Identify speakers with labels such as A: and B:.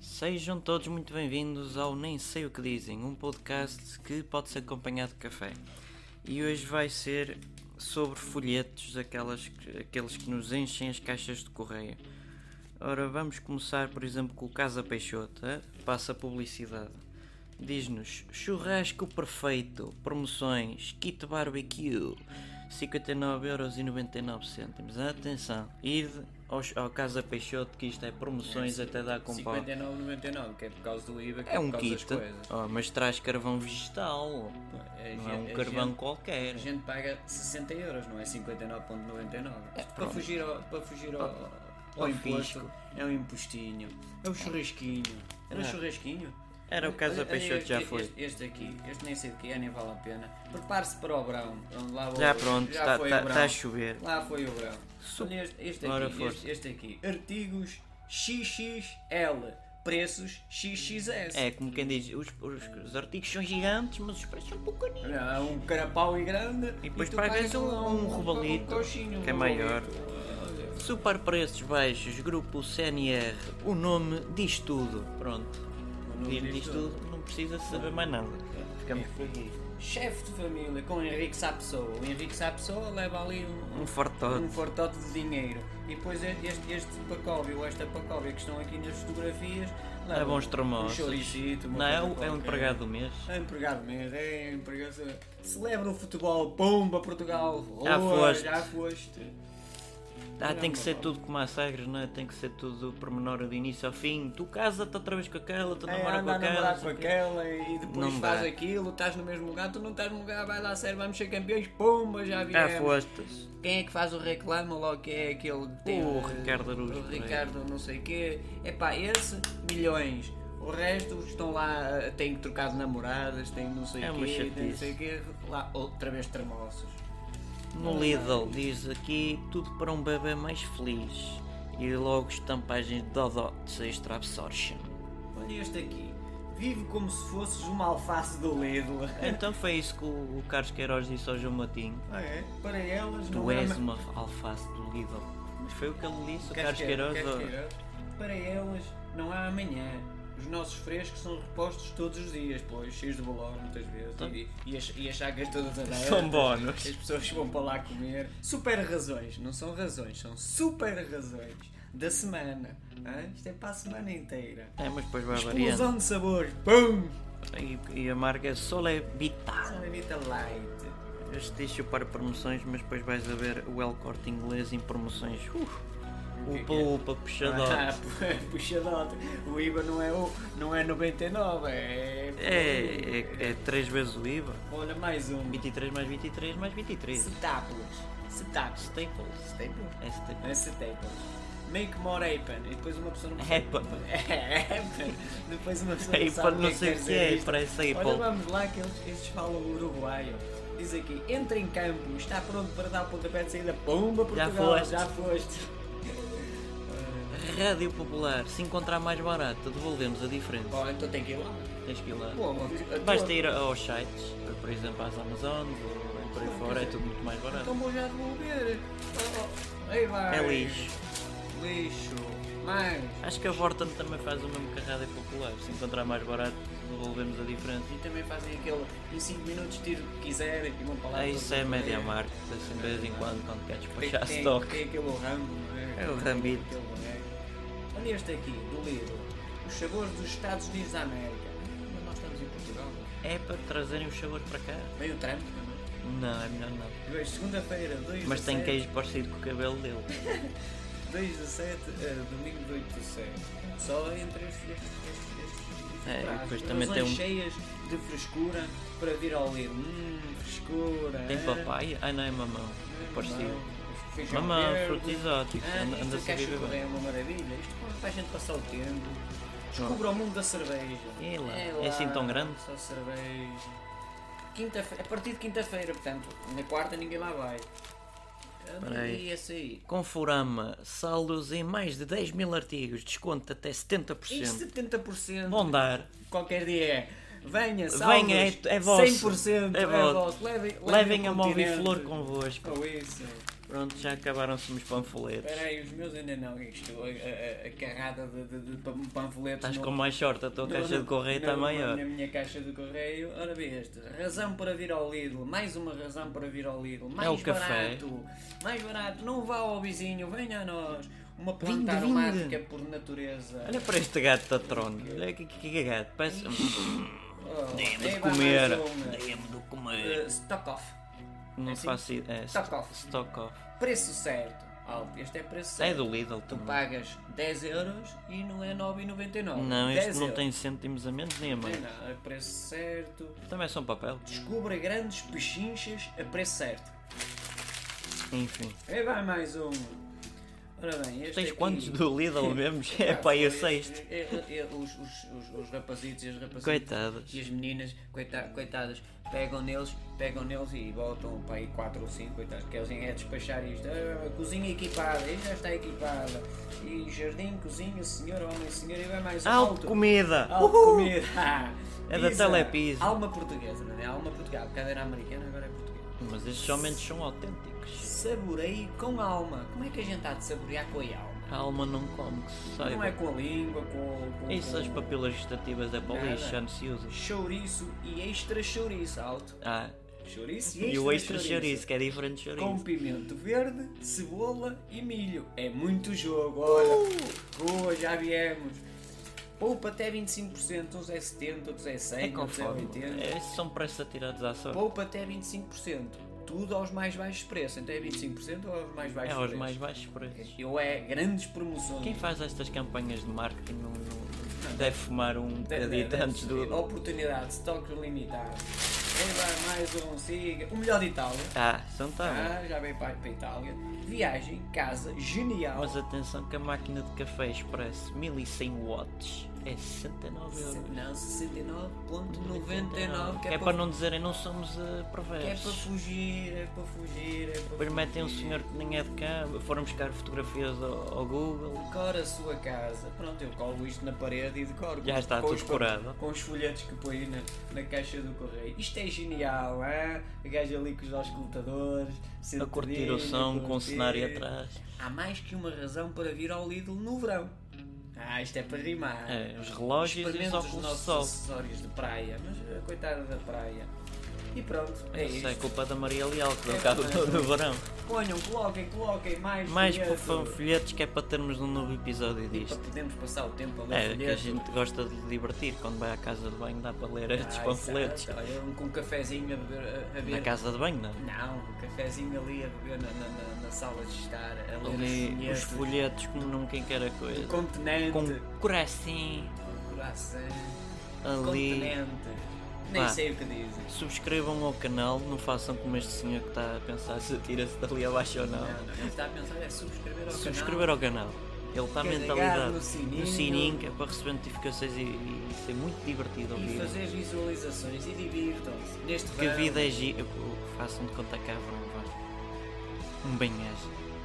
A: Sejam todos muito bem-vindos ao Nem Sei O Que Dizem, um podcast que pode ser acompanhado de café. E hoje vai ser sobre folhetos, aquelas, que- aqueles que nos enchem as caixas de correio. Ora, vamos começar, por exemplo, com o Casa Peixoto, eh? passa a publicidade. Diz-nos, churrasco perfeito, promoções, kit barbecue, 59,99€. Atenção, ir ao, ao Casa Peixoto, que isto é promoções até dar com pau.
B: 59,99, que é por causa do IVA, que
A: É um
B: por causa
A: kit,
B: das coisas.
A: oh, mas traz carvão vegetal,
B: É,
A: não é um
B: gente-
A: carvão
B: gente-
A: qualquer.
B: A gente paga 60 euros, não é 59,99.
A: É,
B: para fugir ao, para fugir ao, ao
A: ao
B: imposto,
A: fisco. É.
B: é um impostinho, é um churrasquinho. Era um churrasquinho?
A: Era É o caso da
B: Olha, olha
A: Peixoto,
B: este-
A: já foi.
B: é Este, este aqui, este nem sei o que é, nem vale a pena. Prepare-se para o verão. Então, lá vou-
A: Já pronto,
B: já
A: está
B: foi o
A: tá,
B: verão.
A: tá a chover.
B: Lá foi o verão. Olha este, este
A: Ora,
B: aqui,
A: força.
B: este, este aqui. Artigos XXL. Preços XXS.
A: É, como quem diz, os, os- os artigos são gigantes, mas os preços são pequeninos.
B: Há um carapau e grande.
A: E depois
B: tu
A: pagas um, um
B: um
A: robalito,
B: coxinho, um
A: que é maior.
B: robalito.
A: Super preços baixos, grupo CNR, o nome diz tudo. Pronto.
B: O nome
A: Diz,
B: diz
A: diz tudo, é não precisa saber mais nada. Ficamos por aqui.
B: é Chefe de família com Henrique Sapsoa. O Henrique Sapsoa leva ali um,
A: Um
B: um
A: fartote.
B: fortote de dinheiro. E depois é este, este pacóvio ou esta pacóvia que estão aqui nas fotografias leva
A: É bons
B: um
A: tremoços.
B: choricito. uma
A: Não, é,
B: coisa
A: o- é um
B: qualquer.
A: empregado do mês.
B: É empregado mesmo, é empregado. Celebra o futebol, pumba, Portugal.
A: Já
B: Boa,
A: foste.
B: Já foste.
A: Ah, tem que ser tudo como há sagres, não é? Tem que ser tudo pormenor de início ao fim. Tu casa-te outra vez com aquela, tu
B: É,
A: namora com
B: anda a namorar com
A: aquela.
B: aquela e depois
A: Não
B: faz
A: dá.
B: aquilo, estás no mesmo lugar, tu não estás no lugar, vai lá sério, vamos ser campeões, pumba, já
A: Já
B: viemos.
A: fostes.
B: Quem é que faz o reclamo logo que é aquele que tem
A: O
B: eh,
A: Ricardo Araújo é?
B: O
A: Pereira.
B: Ricardo não sei o quê. Epá, esse, milhões. O resto os que estão lá, eh, têm trocado namoradas, têm não sei
A: É
B: o
A: uma
B: quê, têm não
A: chatice.
B: sei o quê, lá outra vez tremoços. É.
A: No Lidl diz aqui tudo para um bebê mais feliz. E logo estampagens de Dodotes Extra Absorption.
B: Olha este aqui, vive como se fosses uma alface do Lidl.
A: Então foi isso que o o Carlos Queiroz disse ao João Matinho.
B: Ah, é? Para elas
A: Tu
B: não é
A: és uma alface do Lidl. Mas foi o que ele disse, o Carlos Queiroz.
B: Queres é?
A: ó.
B: Queiroz? Para elas, não há amanhã. Os nossos frescos são repostos todos os dias, pois, cheios de bolão muitas vezes. E, e, as, e as chagas todas abertas.
A: São bónus.
B: As pessoas vão para lá comer. Super razões, não são razões, são super razões da semana. hã? Isto é para a semana inteira.
A: É, mas depois vai variando.
B: Explosão de sabores, pum!
A: E, e a marca é Sole Vital.
B: São Evita Light.
A: Este diz chupar promoções, mas depois vais a ver o El Corte Inglês em promoções. Uh, Uf,
B: que é
A: upa,
B: que é?
A: upa,
B: Ah,
A: puxadote.
B: pu- puxadote. O IVA não é, o, não é 99, é.
A: É, é, é 3 vezes o IVA.
B: Olha, mais um.
A: 23 mais 23 mais 23.
B: Setápolis. Setápolis.
A: Staples.
B: Staples?
A: É Staples.
B: É Setápolis. Make more apen. E depois uma pessoa não
A: Apen.
B: É, apen. Depois uma pessoa
A: Apen,
B: não sabe
A: não
B: que
A: sei
B: quer
A: o que
B: dizer
A: é,
B: isto.
A: parece
B: Olha,
A: Apple.
B: vamos lá que eles, eles falam uruguaio. Diz aqui, entra em campo, está pronto para dar o pontapé de saída. Pumba,
A: Já
B: Portugal,
A: foste.
B: Já foste. Ah,
A: Rádio Popular. Se encontrar mais barato, devolvemos a diferença.
B: Bom, então tem que ir lá.
A: Tens que ir lá.
B: Pô, mas-
A: Basta ir aos sites, por exemplo, às Amazon, ou por aí fora, é tudo muito mais
B: Então
A: barato.
B: vou já devolver. Oh, oh. Aí vai.
A: É lixo.
B: Lixo. Mais.
A: Acho que a Vorten também faz o mesmo que a Rádio Popular. Se encontrar mais barato, devolvemos a diferença.
B: E também fazem aquele em 5 minutos tiro o que quiserem tipo, e vão para lá.
A: Ah, isso é média marca, assim de vez em quando, quando quer despachar stock.
B: Tem aquele rambo, não é?
A: É o rambito.
B: Aquele boneco. Olha este aqui, do livro. Os sabores dos Estados Unidos da América. Mas nós estamos em Portugal. não
A: É para trazerem os sabores para cá?
B: é? Veio o Trump também.
A: Não, é melhor não.
B: Veio segunda-feira, 2
A: Mas
B: de
A: tem
B: sete-
A: queijo parecido com o cabelo dele.
B: 2 de 7, domingo de 8 de 7. Só entre estes. estes, estes
A: É, e
B: prazos.
A: depois também tem
B: Razões
A: um-
B: cheias de frescura para vir ao livro. Hum, frescura.
A: Tem
B: hã?
A: papai? Ah, não, é mamão. É parecido.
B: Feijão
A: Mamão,
B: verde.
A: frutos exóticos.
B: Ah,
A: anda-
B: isto
A: Anda-se a
B: caixa de
A: viver
B: correio
A: bem.
B: é uma maravilha. Isto como faz a gente passar o tempo. Descubra o mundo da cerveja.
A: É lá. É assim tão grande?
B: Só cerveja. Quinta-feira, a partir de quinta-feira, portanto, na quarta ninguém lá vai.
A: Espera aí.
B: E esse aí.
A: Conforama, saldos em mais de 10 mil artigos, desconto até
B: E
A: 70%.
B: 70%
A: Vão dar.
B: qualquer dia é. Venha, saldos,
A: Venha, é- é vosso.
B: 100%,
A: É
B: é
A: vosso.
B: vosso. Levem,
A: Levem a
B: o
A: móvel e
B: continente.
A: flor convosco.
B: Ou isso.
A: Pronto, já acabaram-se os panfletos.
B: Espera aí, os meus ainda não. Isto, a, a, a carrada de, de, de pam- panfletos.
A: Estás
B: no-
A: com mais sorte, a tua
B: no-
A: caixa
B: no-
A: de correio
B: no-
A: está maior.
B: Na minha caixa de correio, ora bem este. Razão para vir ao Lidl, mais uma razão para vir ao Lidl. Mais
A: É o café.
B: barato, mais barato. Não vá ao vizinho, venha a nós. Uma
A: Vinde,
B: planta
A: vinde.
B: aromática por natureza.
A: Olha para este gato da trona. Olha que, que, que gato. Parece.
B: Oh,
A: Dei-me é de
B: aí vai
A: comer.
B: mais uma.
A: Dei-me de comer.
B: Eh, stock off.
A: Não
B: assim?
A: faço ideia. É,
B: Stock off.
A: Stock off.
B: Preço certo. Alto. Este é preço certo.
A: É do Lidl
B: Tu
A: também.
B: pagas 10 euros e não é 9,99.
A: Não, este
B: 10
A: não
B: euros.
A: tem cêntimos a menos nem a mais.
B: Tem nada, é preço certo.
A: Também são papel.
B: Descubra grandes pechinchas a preço certo.
A: Enfim.
B: Aí vai mais um. Ora bem, este
A: Tens
B: aqui-
A: quantos do Lidl mesmo? É
B: Ah,
A: pá, eu
B: foi-
A: sei isto.
B: é- é- é- os, os, os, os rapazitos e as rapazitas
A: Coitadas.
B: e as meninas, coita- coitadas, pegam neles, pegam neles e botam para aí 4 ou 5, coitadas, que eles é despachar isto. Ah, cozinha equipada, e já está equipada. E jardim, cozinha, senhor, homem, senhor, e vai mais
A: Alto comida!
B: Alto
A: Uhul!
B: comida.
A: É da
B: Pizza.
A: Telepizza.
B: Alma portuguesa, não é? Alma portuguesa. Há bocado era americana, agora é portuguesa.
A: Mas estes aumentos são autênticos.
B: Saborei com alma. Como é que a gente há de saborear com a alma?
A: A alma não come, que se
B: Não é
A: saiba.
B: com a língua, com. com
A: Isso,
B: com-
A: as papilas gustativas é para o
B: é Nada.
A: lixo, já não se usa.
B: Chouriço e extra chouriço alto.
A: Ah,
B: Chouriço e,
A: e o extra chouriço,
B: chouriço.
A: que é diferente de
B: Com
A: chouriço.
B: pimento verde, cebola e milho. É muito jogo, olha.
A: Uh!
B: Boa, já viemos. Poupa até 25%, uns é 70, outros é 100,
A: É
B: outros é
A: conforme.
B: 80.
A: Esses são preços atirados à sorte.
B: poupa até 25%. Tudo aos mais baixos preços. Então é 25% ou aos mais
A: É
B: baixos
A: aos
B: preços?
A: mais baixos preços.
B: Ou é grandes promoções.
A: Quem faz estas campanhas de marketing não, não- deve fumar um
B: Deve-
A: bocadito
B: deve
A: antes
B: ser.
A: do.
B: Oportunidade, estoque limitado. Aí vai mais um, siga. O melhor de Itália.
A: Ah, são tá bom.
B: Ah, já veio para, para a Itália. Viagem, casa, genial.
A: Mas atenção que a máquina de café expresso 1100 watts é 69 euros.
B: Não, 69.99
A: Que é para não dizerem não somos uh,
B: que é para
A: perversos.
B: fugir, é para fugir, é para
A: Depois metem um
B: fugir.
A: senhor que nem é de cá, foram buscar fotografias ao, ao Google.
B: Decora a sua casa. Pronto, eu colo isto na parede e decoro.
A: Já está tudo
B: os-
A: decorado.
B: Com os folhetos que põe na, na caixa do correio. Isto é genial, hein? A gaja ali com os auscultadores,
A: A
B: sentadinho,
A: curtir o som com o
B: curtir.
A: cenário atrás.
B: Há mais que uma razão para vir ao Lidl no verão. Ah, isto é para rimar.
A: É, os relógios e os
B: Experimenta os
A: óculos de
B: nossos
A: sol.
B: acessórios de praia. Mas, eh, coitada da praia. E pronto, é
A: Isso é
B: isto.
A: culpa da Maria Leal que deu
B: É
A: cabo
B: verdade.
A: do verão.
B: Ponham, coloquem, coloquem mais
A: Mais
B: folheto.
A: por fanfolhetos que é para termos um novo episódio
B: E para
A: disto.
B: podermos passar o tempo a ler
A: É, que a
B: folhetos.
A: gente gosta de divertir quando vai à casa de banho, dá para ler estes
B: Ah,
A: panfletos.
B: exato. Olha, um- com um cafezinho a beber. A, a
A: Na
B: ver-
A: casa de banho, não?
B: Não, um cafezinho ali a beber na, na- na- na sala de estar, a ler
A: Ali os
B: os folhetos.
A: folhetos como nunca quer a
B: do
A: coisa.
B: Continente.
A: Com coração
B: Coração.
A: ali.
B: Continente. Nem
A: Vá. Então.
B: sei o que dizem.
A: Subscrevam ao canal, não façam como este senhor que está a pensar se atira-se dali abaixo ou
B: Não,
A: não.
B: não, ele está a pensar é subscrever ao
A: Subscrever ao canal. Ele está
B: Carregar
A: mentalidade
B: no sininho.
A: no sininho que é para receber notificações e, e ser muito divertido
B: canal. E
A: ouvir.
B: fazer visualizações e divirtam-se. Neste
A: Que a
B: verão.
A: vida é gira. Façam de conta cá, vão, vá. Um bem-aja.